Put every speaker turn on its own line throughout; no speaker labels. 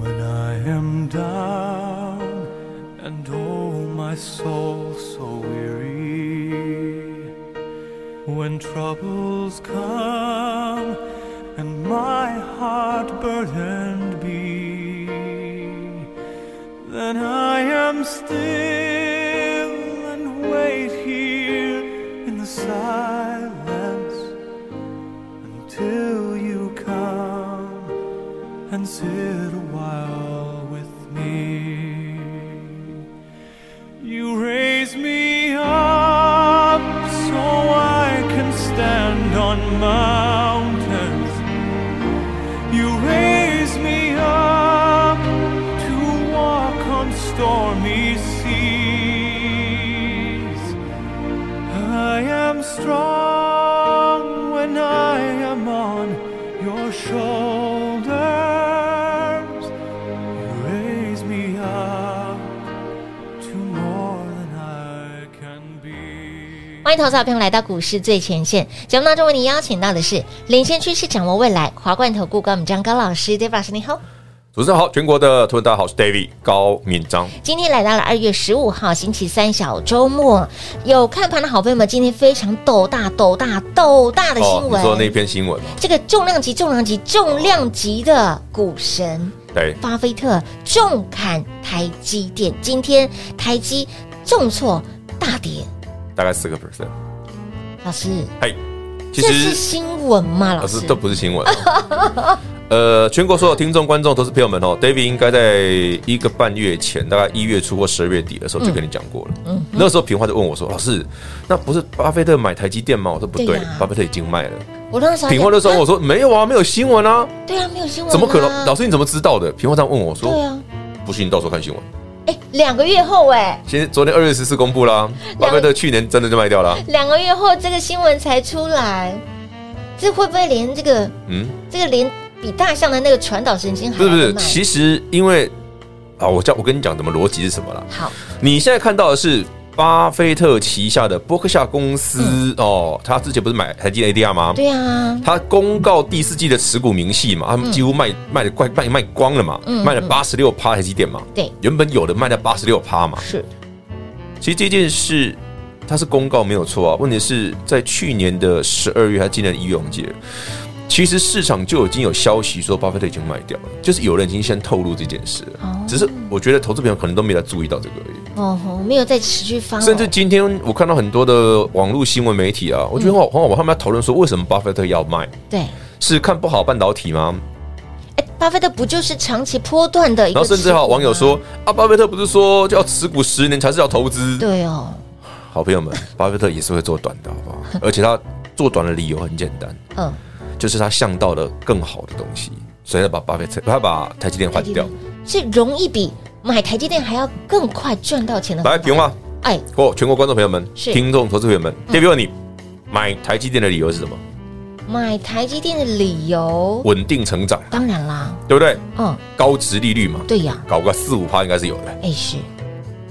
When I am down and oh my soul so weary, when troubles come and my heart burdened be, then I am still and wait here in the silence until you come and sit a while with me. You raise me up so I can stand on mountains. You raise me up to walk on stormy seas. I am strong when I am on your shoulders. You raise me up to more than I can be.
欢迎投资好朋友来到股市最前线节目当中，为您邀请到的是领先趋势、掌握未来华冠投顾高敏章高老师，David 老师你好。
主持人好，全国的投资大家好，我是 David 高敏章。
今天来到了二月十五号星期三小周末，有看盘的好朋友们，今天非常斗大、斗大、斗大的新
哦你
闻。
说那篇新闻吗？
这个重量级、重量级、重量级的股神
对，
巴菲特重砍台积电，今天台积重挫大跌。
大概四个 percent。
老师，
嘿，其
这是
实
新闻吗？老
老师
师，
这不是新闻哦。 呃，全国所有听众、观众、投资朋友们哦，David 应该在一个半月前，大概一月初或十二月底的时候就跟你讲过了。嗯，那时候平花就问我说：“老师，那不是巴菲特买台积电吗？”我说：“不
对
对
呀，
巴菲特已经卖了。
我那时”候还
平花那时候问我
啊
说：“没有啊，没有新闻啊，
对啊，没有新闻啊，
怎么可能？老师你怎么知道的？”平花这样问我
对
说
啊，：“
不信你到时候看新闻。”
哎，两个月后哎。
现在昨天二月十四公布啦，巴菲特去年真的就卖掉啦。
两个月后这个新闻才出来，这会不会连这个
嗯，
这个连比大象的那个传导神经还
不是不
要
是，
慢
其实因为啊，我叫我跟你讲怎么逻辑是什么啦。
好
你现在看到的是巴菲特旗下的伯克夏公司哦，他之前不是买台积电 ADR 吗？
嗯对啊，
他公告第四季的持股明细嘛，他们几乎卖卖的快卖卖光了嘛，
嗯
卖了八十六趴台积电嘛，
对，
原本有的卖到八十六趴嘛。
是
其实这件事它是公告没有错啊，问题是在去年的十二月还是今年的一月，我忘记了。其实市场就已经有消息说巴菲特已经卖掉了，就是有人已经先透露这件事了。
哦
只是我觉得投资朋友可能都没来注意到这个而已。
哦，我没有在持续发哦，
甚至今天我看到很多的网络新闻媒体啊，我觉得
嗯
很好很好玩，他们在讨论说为什么巴菲特要卖，
对。
是看不好半导体吗？
哎，巴菲特不就是长期波段的一个？
然后甚至还有网友，说啊，巴菲特不是说要持股十年才是要投资？
对哦，
好朋友 们，巴菲特也是会做短的，好不好？而且他做短的理由很简单，
嗯，
就是他想到了更好的东西，所以他把巴
嗯
菲特他把台积电换掉。
是容易比买台积电还要更快赚到钱的。
来，平话，
哎，
或哦全国观众朋友们、
是嗯
听众、投资朋友们，David 问你买台积电的理由是什么？
买台积电的理由，
稳定成长，
当然啦，
对不对？
嗯，
高值利率嘛，
对呀，
搞个四五趴应该是有的。
哎是，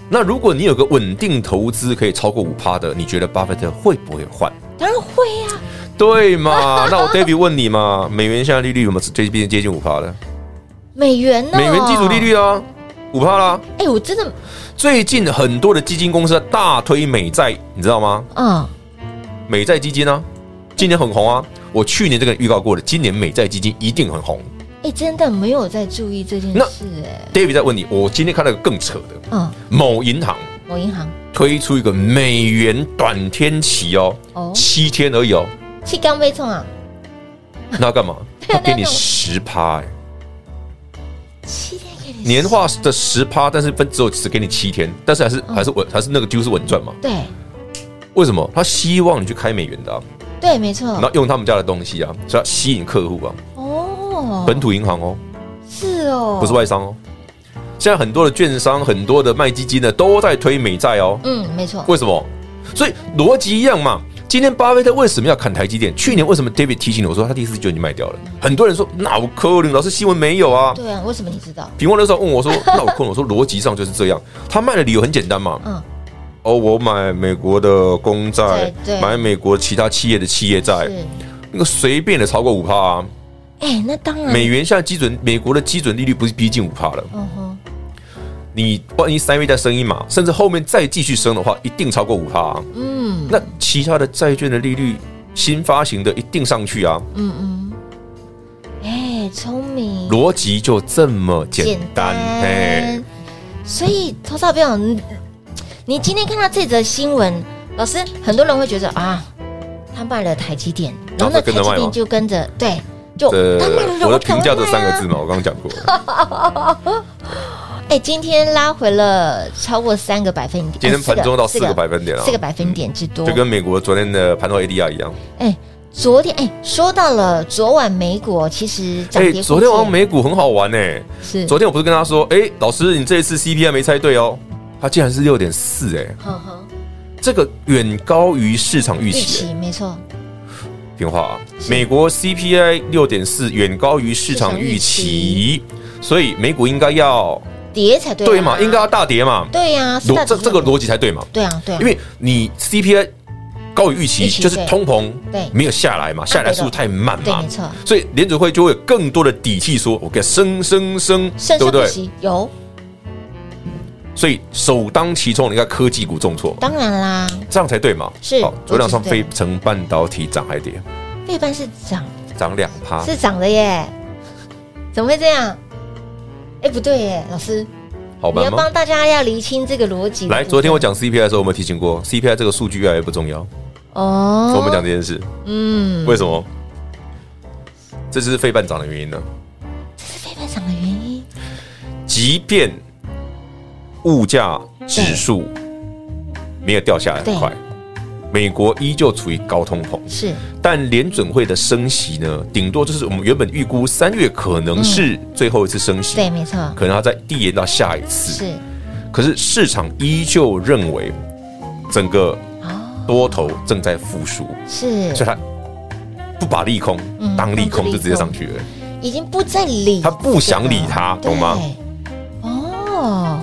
那如果你有个稳定投资可以超过五趴的，你觉得巴菲特会不会换？
当然会啊呀，
对嘛？那我 David 问你嘛，美元现在利率有没有最近接近五趴了？
美元呢？
美元基础利率啊，五趴啦。
哎，我真的，
最近很多的基金公司大推美债，你知道吗？
嗯，
美债基金啊，今年很红啊。我去年就跟你预告过了，今年美债基金一定很红。
哎，真的没有在注意这件
那
事，哎，
David 在问你，我今天看到一个更扯的，
嗯，
某银行
某银行
推出一个美元短天期哦，
哦，
七天而已哦，
气缸被冲啊，
那干嘛？
对
他
啊
给你
那种
十趴哎，
七天给你
年化的十趴，但是分只有只给你七天，但是还是还是稳，还是那个就是稳赚嘛？
对
为什么？他希望你去开美元的啊，
对，没
然
错
后，用他们家的东西啊，所以要吸引客户啊，
哦，
本土银行哦，
是哦，
不是，外商哦。现在很多的券商、很多的卖基金的都在推美债哦，
嗯，没错，
为什么？所以逻辑一样嘛。今天巴菲特为什么要砍台积电？去年为什么 David 提醒我说他第四季就已经卖掉了？很多人说那我柯林老师新闻没有啊？
对啊，为什么你知道？
平光那时候问我说那我柯林，我说逻辑上就是这样。他卖的理由很简单嘛，
嗯，
哦，我买美国的公债
对对，
买美国其他企业的企业债，
是，
那个随便的超过五帕啊。
哎，那当然，
美元现在基准，美国的基准利率不是逼近五帕了。
嗯哼，
你万一三月再升一码，甚至后面再继续升的话，一定超过五帕、啊。
嗯
那其他的债券的利率，新发行的一定上去啊，
嗯嗯，哎，聪明，
逻辑就这么简单哎。
所以，投资朋友，你你今天看到这则新闻，老师，很多人会觉得啊，他卖了台积电，然后那
然后再
台
跟着
积
卖吗
电就跟着，对，就
这
哦他卖了，
我的
赶快
评价这
卖
三个
啊
字。嘛，我刚刚讲过了，
哎，今天拉回了超过三个百分点，
今天
呃
盘中到四个百分点啊嗯
四个百分点之多
就。跟美国昨天的盘后 ADR 一样。
哎，昨天哎，说到了昨晚美股，其实涨
哎，
跌
昨天晚上美股很好玩哎、
是，
昨天我不是跟他说，哎，老师，你这一次 CPI 没猜对哦，它竟然是六点四哎，
呵呵
这个远高于市场预
预
期、
期
哎。
没错，
平话、啊，美国 CPI 六点四远高于市场预期，所以美股应该要
跌才对啊，
对嘛，应该要大跌嘛，
对呀，四大
逻这
指数
这个逻辑才对嘛，
对啊对啊，
因为你 CPI 高于预期，
预期
就是
对
通膨
对啊
没有下来嘛，下来速度太慢
对，
嘛
没，错，
所以联准会就会有更多的底气说，我给升升升，
生生不
对不对？
息有，
所以首当其冲，你看科技股重挫嘛，
当然啦，
这样才对嘛。
是
好昨天晚上
逻辑是对
非成半导体涨还跌，
费半是涨，
涨两趴，
是涨的耶，怎么会这样？哎，不对耶，老师，
好
你要
玩吗
帮？大家要厘清这个逻辑的部分。
来，昨天我讲 CPI 的时候，我们提醒过，CPI 这个数据越来越不重要。
哦，
我们讲这件事，
嗯，
为什么？这就是费半涨的原因呢。
费半涨的原因，
即便物价指数没有掉下来很快，美国依旧处于高通膨，
是
但联准会的升息呢，顶多就是我们原本预估三月可能是最后一次升息，
嗯对，没错，
可能要再递延到下一次。
是
可是市场依旧认为整个
哦，
多头正在复苏，
是
所以它不把利空
嗯
当利
当
空
利空
就直接上去了。
已经不再理
他不想理他
这个
懂吗
对哦，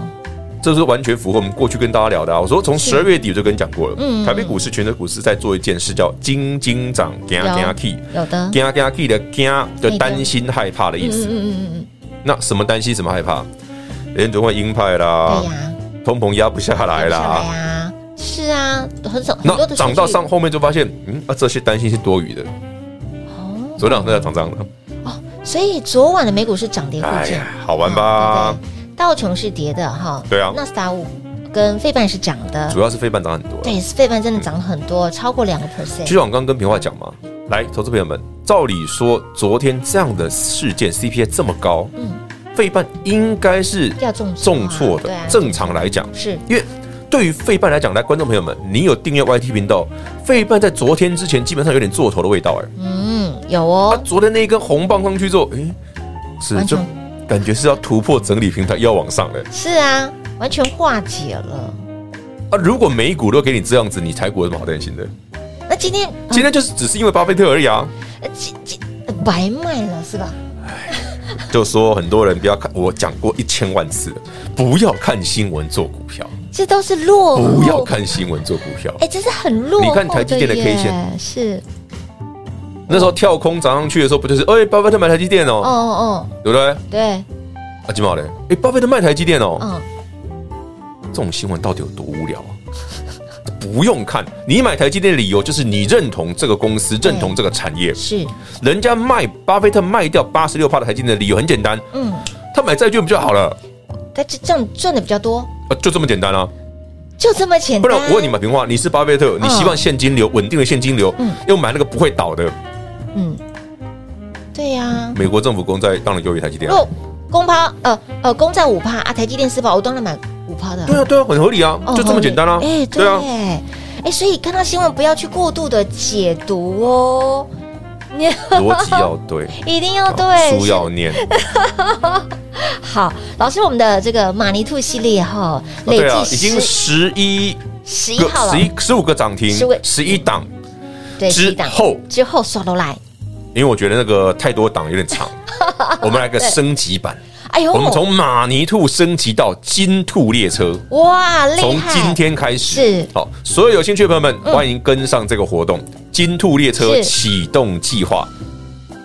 这是完全符合我们过去跟大家聊的、啊。我说从
是
十二月底我就跟你讲过了，
嗯
台北股市、全球股市在做一件事叫“金金涨”，惊惊 key，
有的，
惊惊 key 的惊就担心害怕的
嗯
意
嗯
思。
嗯嗯
那什么担心，什么害怕？联总会鹰派啦
嗯，对，呀，
通膨压不下来
有下
啦。
来啊，是啊，很少很多
那
的哦
涨到
数据
上后面就发现，嗯，啊，这些担心是多余的。
哦
昨天晚上在涨涨的，
哦，所以昨晚的美股是涨跌互
哎
见
呀，，好玩吧
哦？对不对道琼是跌的哈，
对啊
纳斯达五跟费半是涨的
主，要是费半涨很多。
对，费半真的涨很多，超过两个 percent，
其实我刚刚跟平话讲嘛，来，投资朋友们，照理说昨天这样的事件 CPI 这么高，
嗯
嗯，费半应该是
要重挫啊
重挫的
对啊，
正常来讲，
是
因为。对于费半来讲，来观众朋友们，你有订阅 YT 频道，费半在昨天之前基本上有点做头的味道，哎，
嗯有
他
哦，
啊昨天那一根红棒上去之后，哎，是
完
就
全
感觉是要突破整理平台，要往上了。
是啊，完全化解了。
啊，如果每一股都给你这样子，你台股有什么好担心
嗯
的？
那今天
今天就是只是因为巴菲特而已啊。
呃今今呃白卖了是吧？
就说很多人不要看，我讲过一千万次了，不要看新闻做股票，
这都是落后，
不要看新闻做股票。
哦哎，这是很落后
你看台积电的 K 线
耶是
那时候跳空涨上去的时候，不就是哎，巴菲特买台积电
哦
哦，
哦哦，
对不对？
对，
啊，金毛嘞，哎，巴菲特卖台积电哦，
嗯，
这种新闻到底有多无聊啊？ 不用看，你买台积电的理由就是你认同这个公司，认同这个产业。
是，
人家卖巴菲特卖掉八十六的台积电的理由很简单，
嗯，
他买债券不就好了？
他这这样赚的比较多，
啊，就这么简单啊！
就这么简单。
不然我问你，买平话，你是巴菲特，你
嗯
希望现金流稳定的现金流
嗯，
又买那个不会倒的，
嗯，对呀、
美国政府公债当然优于台积电
如
啊。
果公趴呃呃公债五趴啊，台积电四趴，我当然买五趴的啊。
对啊，对啊，很合理啊，
哦
就这么简单啊。
合理哎，对
对啊，
哎、所以看到新闻不要去过度的解读哦， 你
逻辑要 对，
一定要
啊
哦对。
书
是
要念，
好，老师，我们的这个马尼兔系列哈，累
对啊，已
计
经
十
十一
十一
个
号了
十，一十五个涨停
十五个，
十一档，
对，
之
11档
后
之后刷楼来，
因为我觉得那个太多档有 点长，我们来个升级版，
哎呦，
我们从马尼兔升级到金兔列车。
哇厉
从
害，
今天开始，
是嗯
好，所有有兴趣的朋友们，欢迎跟上这个活动——金兔列车
是
启动计划，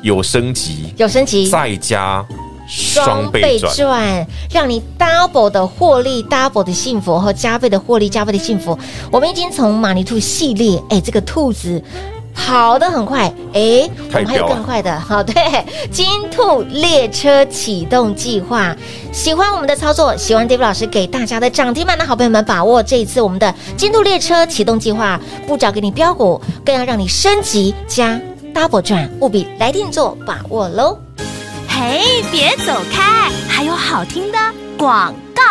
有升级，
有升级。
再加双倍赚，
赚，让你 double 的获利，double 的幸福和加倍的获利，加倍的幸福。我们已经从马尼兔系列，哎，这个兔子。跑得很快，哎，我
太
们还有
彪了
更快的，好，对， 金兔列车启动计划，喜欢我们的操作，喜欢 Dave 老师给大家的涨停板的好朋友们，把握这一次我们的金兔列车启动计划，不找给你标股，更要让你升级加 double 赚，务必来电做把握喽。
嘿，别走开，还有好听的广告。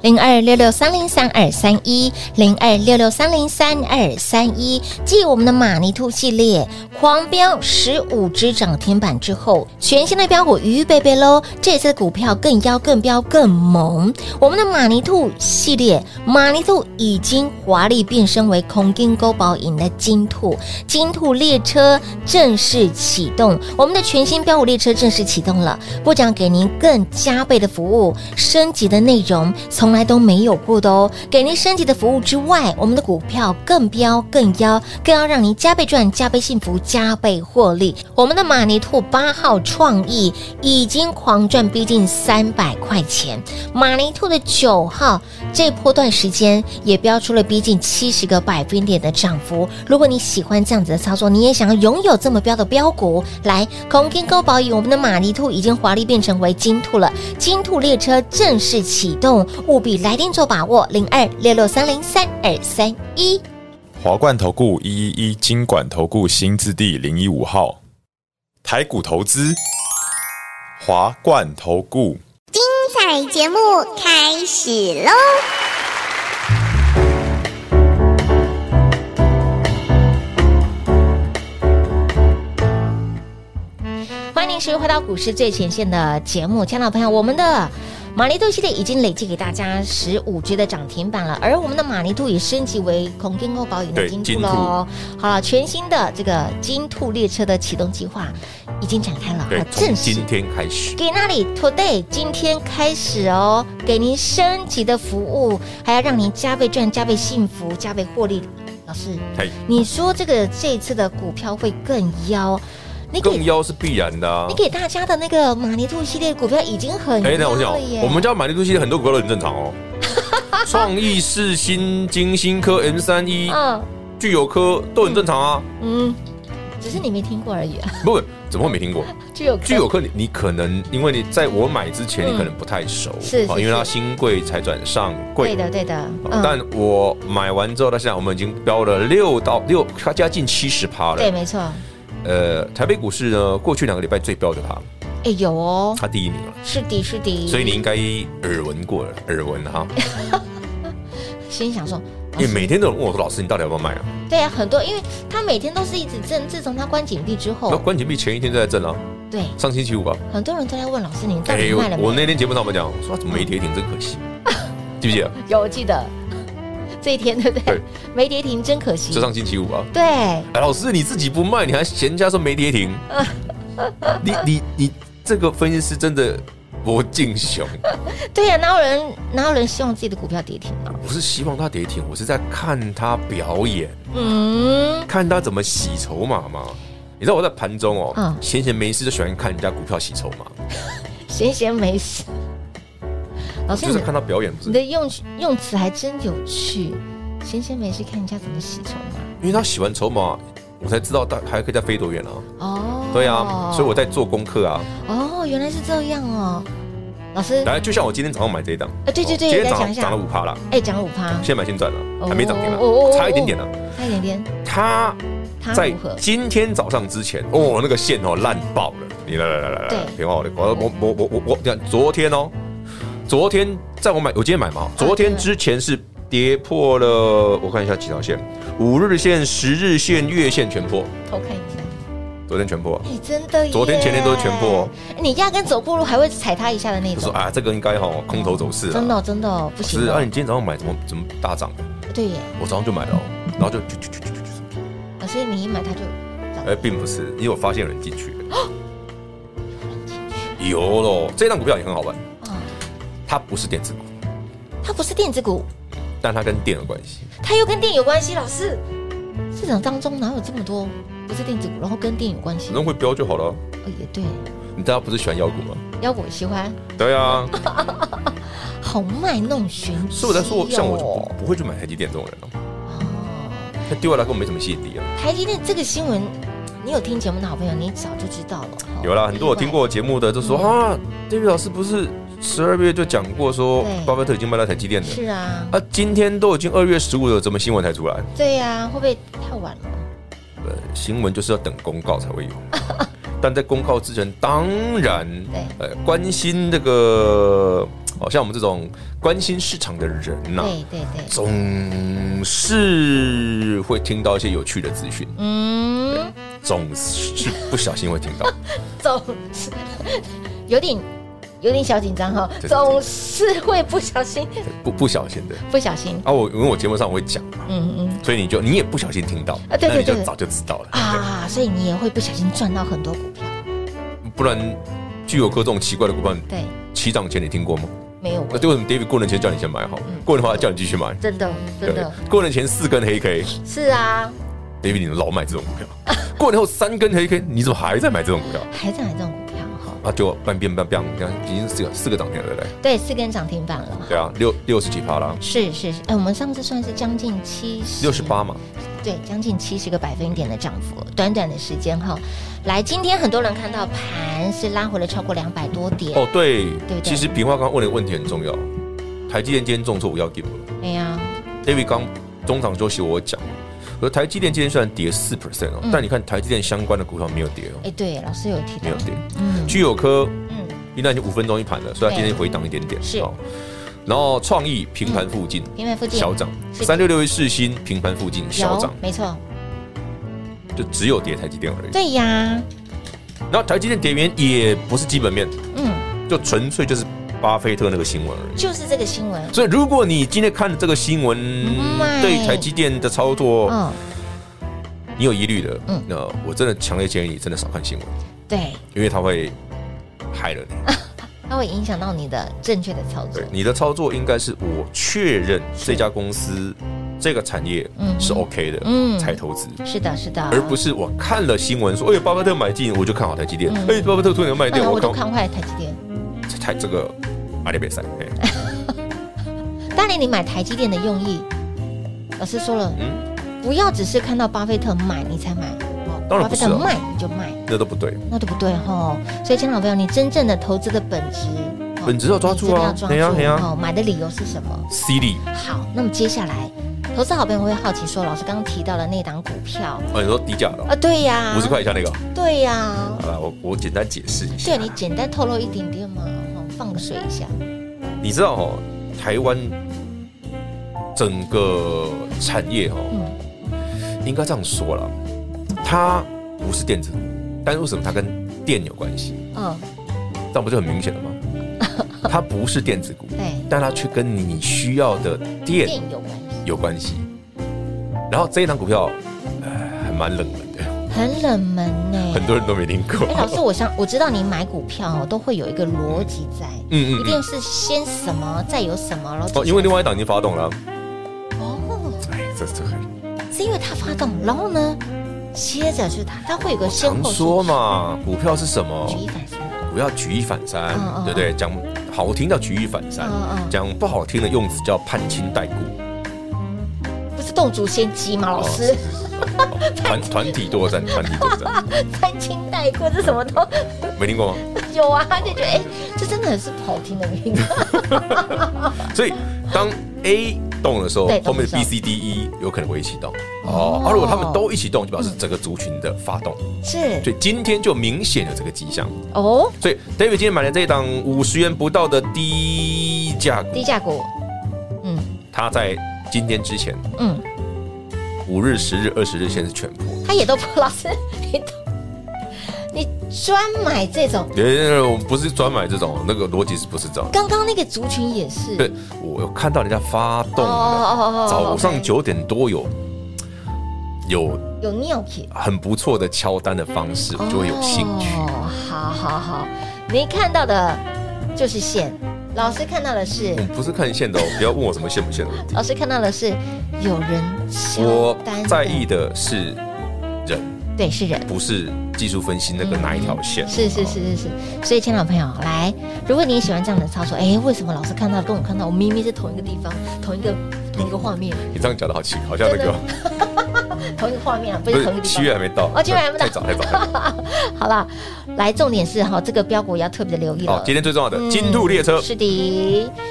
零二六六三零三二三一，零二六六三零三二三一。继我们的马尼兔系列狂飙十五只涨停板之后，全新的标股鱼贝贝喽，这次的股票更妖、更飙、更猛。我们的马尼兔系列，马尼兔已经华丽变身为空金勾宝影的金兔，金兔列车正式启动，我们的全新标股列车正式启动了，不讲给您更加倍的服务，升级的内容从来都没有过的哦。给您升级的服务之外，我们的股票更标更妖，更要让您加倍赚、加倍幸福、加倍获利。我们的马尼兔八号创意已经狂赚逼近三百块钱，马尼兔的九号这波段时间也标出了逼近七十个百分点的涨幅。如果你喜欢这样子的操作，你也想要拥有这么标的标股，来空天高宝以我们的马尼兔已经华丽变成为金兔了，金兔列车正式启动，务必来电做把握，零二六六三零三二三一。
华冠投顾一一一金管投顾新字第零一五号，台股投资，华冠投顾。
彩节目开始喽！
欢迎持续回到股市最前线的节目，亲爱的朋友，我们的马尼兔系列已经累计给大家十五只的涨停板了，而我们的马尼兔也升级为孔金欧宝影的
对
金兔
金
喽。好了，全新的这个金兔列车的启动计划已经展开了，
对
好，
从
正式
今天开始，
给那里 today 今天开始哦，给您升级的服务，还要让您加倍赚、加倍幸福、加倍获利。老师，
嘿，
你说这个这一次的股票会更妖，你给
更妖是必然的啊
你。给大家的那个马尼兔系列股票已经很
哎，那我
高
讲
了耶，，
我们家买的东西很多股票都很正常哦。创意、世新、金星科、M 三一、
嗯
聚友科都很正常啊。
嗯，只是你没听过而已啊，
不，不怎么会没听过？
具有
聚友科你你可能因为你在我买之前
嗯
你可能不太熟，
是
啊
是
因为它
是
新贵才转上
对
柜
的对的，嗯
啊但我买完之后到现在，我们已经飙了六到六，它加近七十趴
对，
了。
没错，
呃，台北股市呢，过去两个礼拜最飙的它，
哎有哦，
它第一名了，
是的是的，
所以你应该耳闻过了，耳闻 哈。
心想说，
因为每天都有人问我说：“老师，你到底要不要卖啊
对啊，很多，因为他每天都是一直震，自从他关紧闭之？”
那
后，
关紧币前一天就在震啊，
对，
上星期五吧。
很多人都在问老师，你到底卖了
我哎我
没？
那天节目上我们讲，我说它怎么没跌停，真 可惜，记不记得？
有，我记得 这一天对不对
对？
没跌停真可惜
就。上星期五啊。
对，
哎，老师你自己不卖，你还嫌人家说没 跌停？你你你这个分析师真的不敬雄。
对呀、哪有人哪有人希望自己的股票跌停啊？
我是希望他跌停，我是在看他表演，
嗯，
看他怎么洗筹码嘛。你知道我在盘中哦
嗯，
闲闲没事就喜欢看人家股票洗筹码，
闲闲没事，老师，
就
你
是
的
看他表演，不是
你？的用用词还真有趣。闲闲没事看人家怎么洗筹码
因为他洗完筹码，我才知道他还可以再飞多远啊。
哦。
对啊，所以我在做功课啊。
哦，原来是这样哦。老师，
来，就像我今天早上买这一档，哦
啊对对对
今天
再
早
讲一
上
下
涨了五趴啦，
哎，讲五趴，
现在买现赚了，还没涨停
哦哦哦哦
啊，差一点点啊。
差一点点，
它
他
在
如何？
今天早上之前，哦，那个线哦烂爆了。你来来来来来
对，
别忘我的，我我我我我我，你看昨天哦，昨天在我买，我今天买嘛，昨天之前是跌破了，我看一下几条线，五日线、十日线、月线全破，
偷看一下，
昨天全破。
哎，真的耶，哎
昨天前天都是全部哦
你压根走过路还会踩他一下的那
他
种
说。啊，这个应该哈空头走势啊，
真的哦真的哦不行
是啊，
哦
你，今天早上买怎么怎么大涨？
对耶，
我早上就买了哦，然后就就就就就就就，
老师你一买他就
哎，并不是，因为我发现有人进去了，有喽，这档股票也很好玩，
啊，
它不是电子股，
它不是电子股，
但它跟电有关系。
它又跟电有关系。老师，市场当中哪有这么多不是电子股，然后跟电有关系
反？正会标就好了。
哦，也对，
你大家不是喜欢妖股吗？
要我喜欢
对啊，
好卖弄玄机、哦。
所以我在说，像我就不不会去买台积电这种人哦，
哦，
它对我来说没什么吸引力啊。
台积电这个新闻，你有听节目的好朋友，你早就知道了。哦
有啦，很多我听过。我节目的就说
嗯
啊，David 老师不是十二月就讲过说
对，
巴菲特已经卖到台积电了。
是啊，
啊，今天都已经二月十五了，怎么新闻才出来？
对呀、会不会太晚了？
呃，新闻就是要等公告才会 有。但在公告之前，当然，呃，关心这个，好、像我们这种关心市场的人呐、
对对对，
总是会听到一些有趣的资讯，
嗯，
总是不小心会听 到。
总是有点有点小紧张哈，
对对对
总是会不小心
不不小心的
不小心，
啊，我因为我节目上我会讲嘛，
嗯嗯
所以你就你也不小心听到，
啊对对
那你
对
就早就知道了，
啊，所以你也会不小心赚到很多股票，
不然具有各种奇怪的股票，
对，
起涨前你听过吗？
没有
那对为什么 David 过年前叫你先买好，过年后还叫你继续买？
真的嗯真的
对，过年前四根黑 K，David
是啊，
你老买这种股 票，过年后三根黑 K，你怎么还在买这种股票？
还在买这种股票哈，
啊，就半变半变，你看已经四个四个涨停了，对不对？
对，四根涨停板了，
对啊，六六十几趴啦，
是是是，哎，我们上次算是将近七十
六十八嘛。
对，将近七十个百分点的涨幅，短短的时间哈。来，今天很多人看到盘是拉回了超过两百多点。
哦，对，
对不对
其实平花刚刚问的问题很重要。台积电今天重挫，我要 give 了。
哎呀，
David 刚中场休息，我有讲，我说台积电今天虽然跌四 percent 哦，但你看台积电相关的股票没有跌哦，
嗯哎，对，老师有提到
没有，跌。
嗯
具有科，
嗯，
因为它已经五分钟一盘了，所以它今天回档一点点。
是
哦然后创意平盘附近，
平盘附近
小涨，
是的
三六六一世新平盘附近小
有
涨，，嗯
没错，
就只有跌台积电而已。
对呀，
然后台积电跌面也不是基本面，
嗯，
就纯粹就是巴菲特那个新闻而已。
就是这个新闻，
所以，如果你今天看了这个新闻
卖，
对台积电的操作
嗯，
你有疑虑的
嗯，
那我真的强烈建议你真的少看新闻，
对，
因为它会害了
啊
你。
它会影响到你的正确的操作
对，，你的操作应该是我确认这家公司、这个产业
嗯
是 OK
嗯
的，才投资。
是的，是的，
而不是我看了新闻说，哎，巴菲特买进，我就看好台积电；哎，巴菲特突然卖
不然
掉，
嗯我
我
都
看
看坏台积电。
台这个阿里比赛。哎
当然，你买台积电的用意，老师说了，
嗯，
不要只是看到巴菲特买你才买，哦
当然
巴菲
不是
特
啊
卖你就卖。
那都不对，
那对不对吼？所以，亲爱的朋友，你真正的投资的本质，吼
本质要抓住啊
你真
嘿
的
呀
要抓
嘿呀
住吼买的理由是什么？
犀利。
好，那么接下来，投资好朋友会好奇说，老师刚刚提到了那档股票
哦，你说低价的
啊，对呀，
五十，块以下那个，
对呀，
好了，我我简单解释一下。
对你简单透露一点点嘛，吼放个水一下，
你知道哦，台湾整个产业
嗯
哦，应该这样说了，它不是电子，但是为什么它跟电有关系？
嗯，
这样不就很明 显了吗？它不是电子股，
对，
但它却跟你需要的电
电有关系，
有关系。然后这一档股票，呃，还蛮冷门的，
很冷门呢，
很多人都没听过
哎，。老师，我想我知道你买股票哦，都会有一个逻辑在，
嗯嗯嗯
一定是先什么，再有什么，然后
哦，因为另外一档已经发动了，
哦，
哎，这这很
是因为它发动，然后呢，接着就是它，它会有个先
哦常
后顺序
说，嘛，股票是什么？
举一反三，
不要举一反三
嗯嗯，
对不对？讲好听叫举一反三
嗯嗯，
讲不好听的用词叫攀亲带故，哦
不是动足先机吗？老师，
团团体作战，团体作战，
翻青带过这什么都
没听过吗？
有啊，就觉得哎，这真的很是不好听的名 字。
所以当 A 动的时候
对，
后面
动的时
的
候
B、C、D、E 有可能会一起动。哦，而如果他们都一起动，就表示整个族群的发动。
是
所以今天就明显有这个迹象。
哦，
所以 David 今天买了这一档五十元不到的低价股
低，价股，嗯
它在今天之前
嗯，
五日、十日、二十日线是全破。
他也都不，老师你都你专买这种，
呃，我们不是专买这种，那个逻辑是不是这样？
刚刚那个族群也是，
对，我有看到人家发动
哦哦哦哦
了，早
OK
上九点多有有
有尿品。
很不错的敲单的方式，我就会有兴趣。
哦，好好好，你看到的就是线，老师看到的是
我，们不是看线的哦，不要问我什么线不线的问题。
老师看到的是有人下
我
单的
在意，的是人，
对，是人。
不是技术分析那个哪一条线。
是是是是
哦。
是，所以，亲爱的朋友，来，如果你喜欢这样的操作，哎，为什么老师看到跟我看到，我们明明是同一个地方，同一个同一个画面，
哦你这样讲的好奇，好像那个
同一个画面啊，不
不
是同一
是
个
七
地
月
方。
还没到，
哦七月还没到
太早太早。太早
好了，来，重点是哈，这个标股也要特别的留意
好
了，。
今天最重要的
嗯
金兔列车，
是的，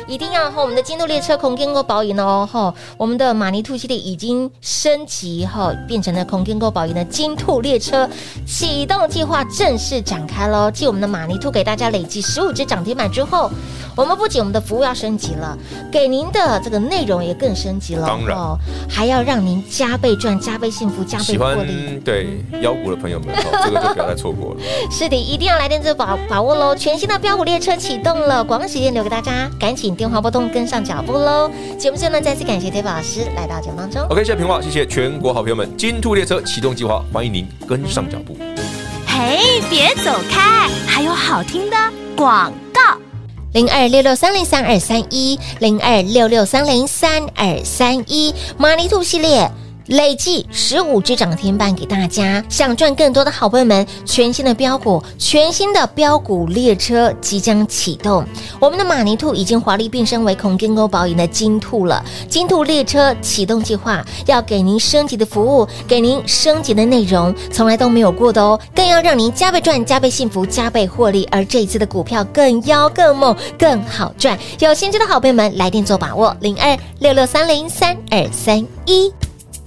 一定要和我们的金鹿列车空间购保赢哦，哈，我们的马尼兔系列已经升级哈，变成了空间购保赢的金兔列车启动计划正式展开喽。继我们的马尼兔给大家累计十五只涨停板之后，我们不仅我们的服务要升级了，给您的这个内容也更升级了，
当然
哦，还要让您加倍赚、加倍幸福、加倍
喜欢
获利。
对腰股的朋友们，哦这个就不要再错过了。
是的，一定要来电这把把握喽！全新的标股列车启动了，广告时间留给大家，赶紧电话拨通跟上脚步喽！节目最后呢，再次感谢 David 老师来到节目当中。
OK，谢谢平话，谢谢全国好朋友们，金兔列车启动计划，欢迎您跟上脚步。
嘿，别走开，还有好听的广告。
零二六六三零三二三一，零二六六三零三二三一，马尼兔系列。累计十五只涨停板给大家，想赚更多的好朋友们，全新的标股，全新的标股列车即将启动。我们的马尼兔已经华丽变身为孔金钩保赢的金兔了。金兔列车启动计划要给您升级的服务，给您升级的内容，从来都没有过的哦，更要让您加倍赚、加倍幸福、加倍获利。而这一次的股票更妖、更猛、更好赚，有兴趣的好朋友们来电做把握，零二六六三零三二三一。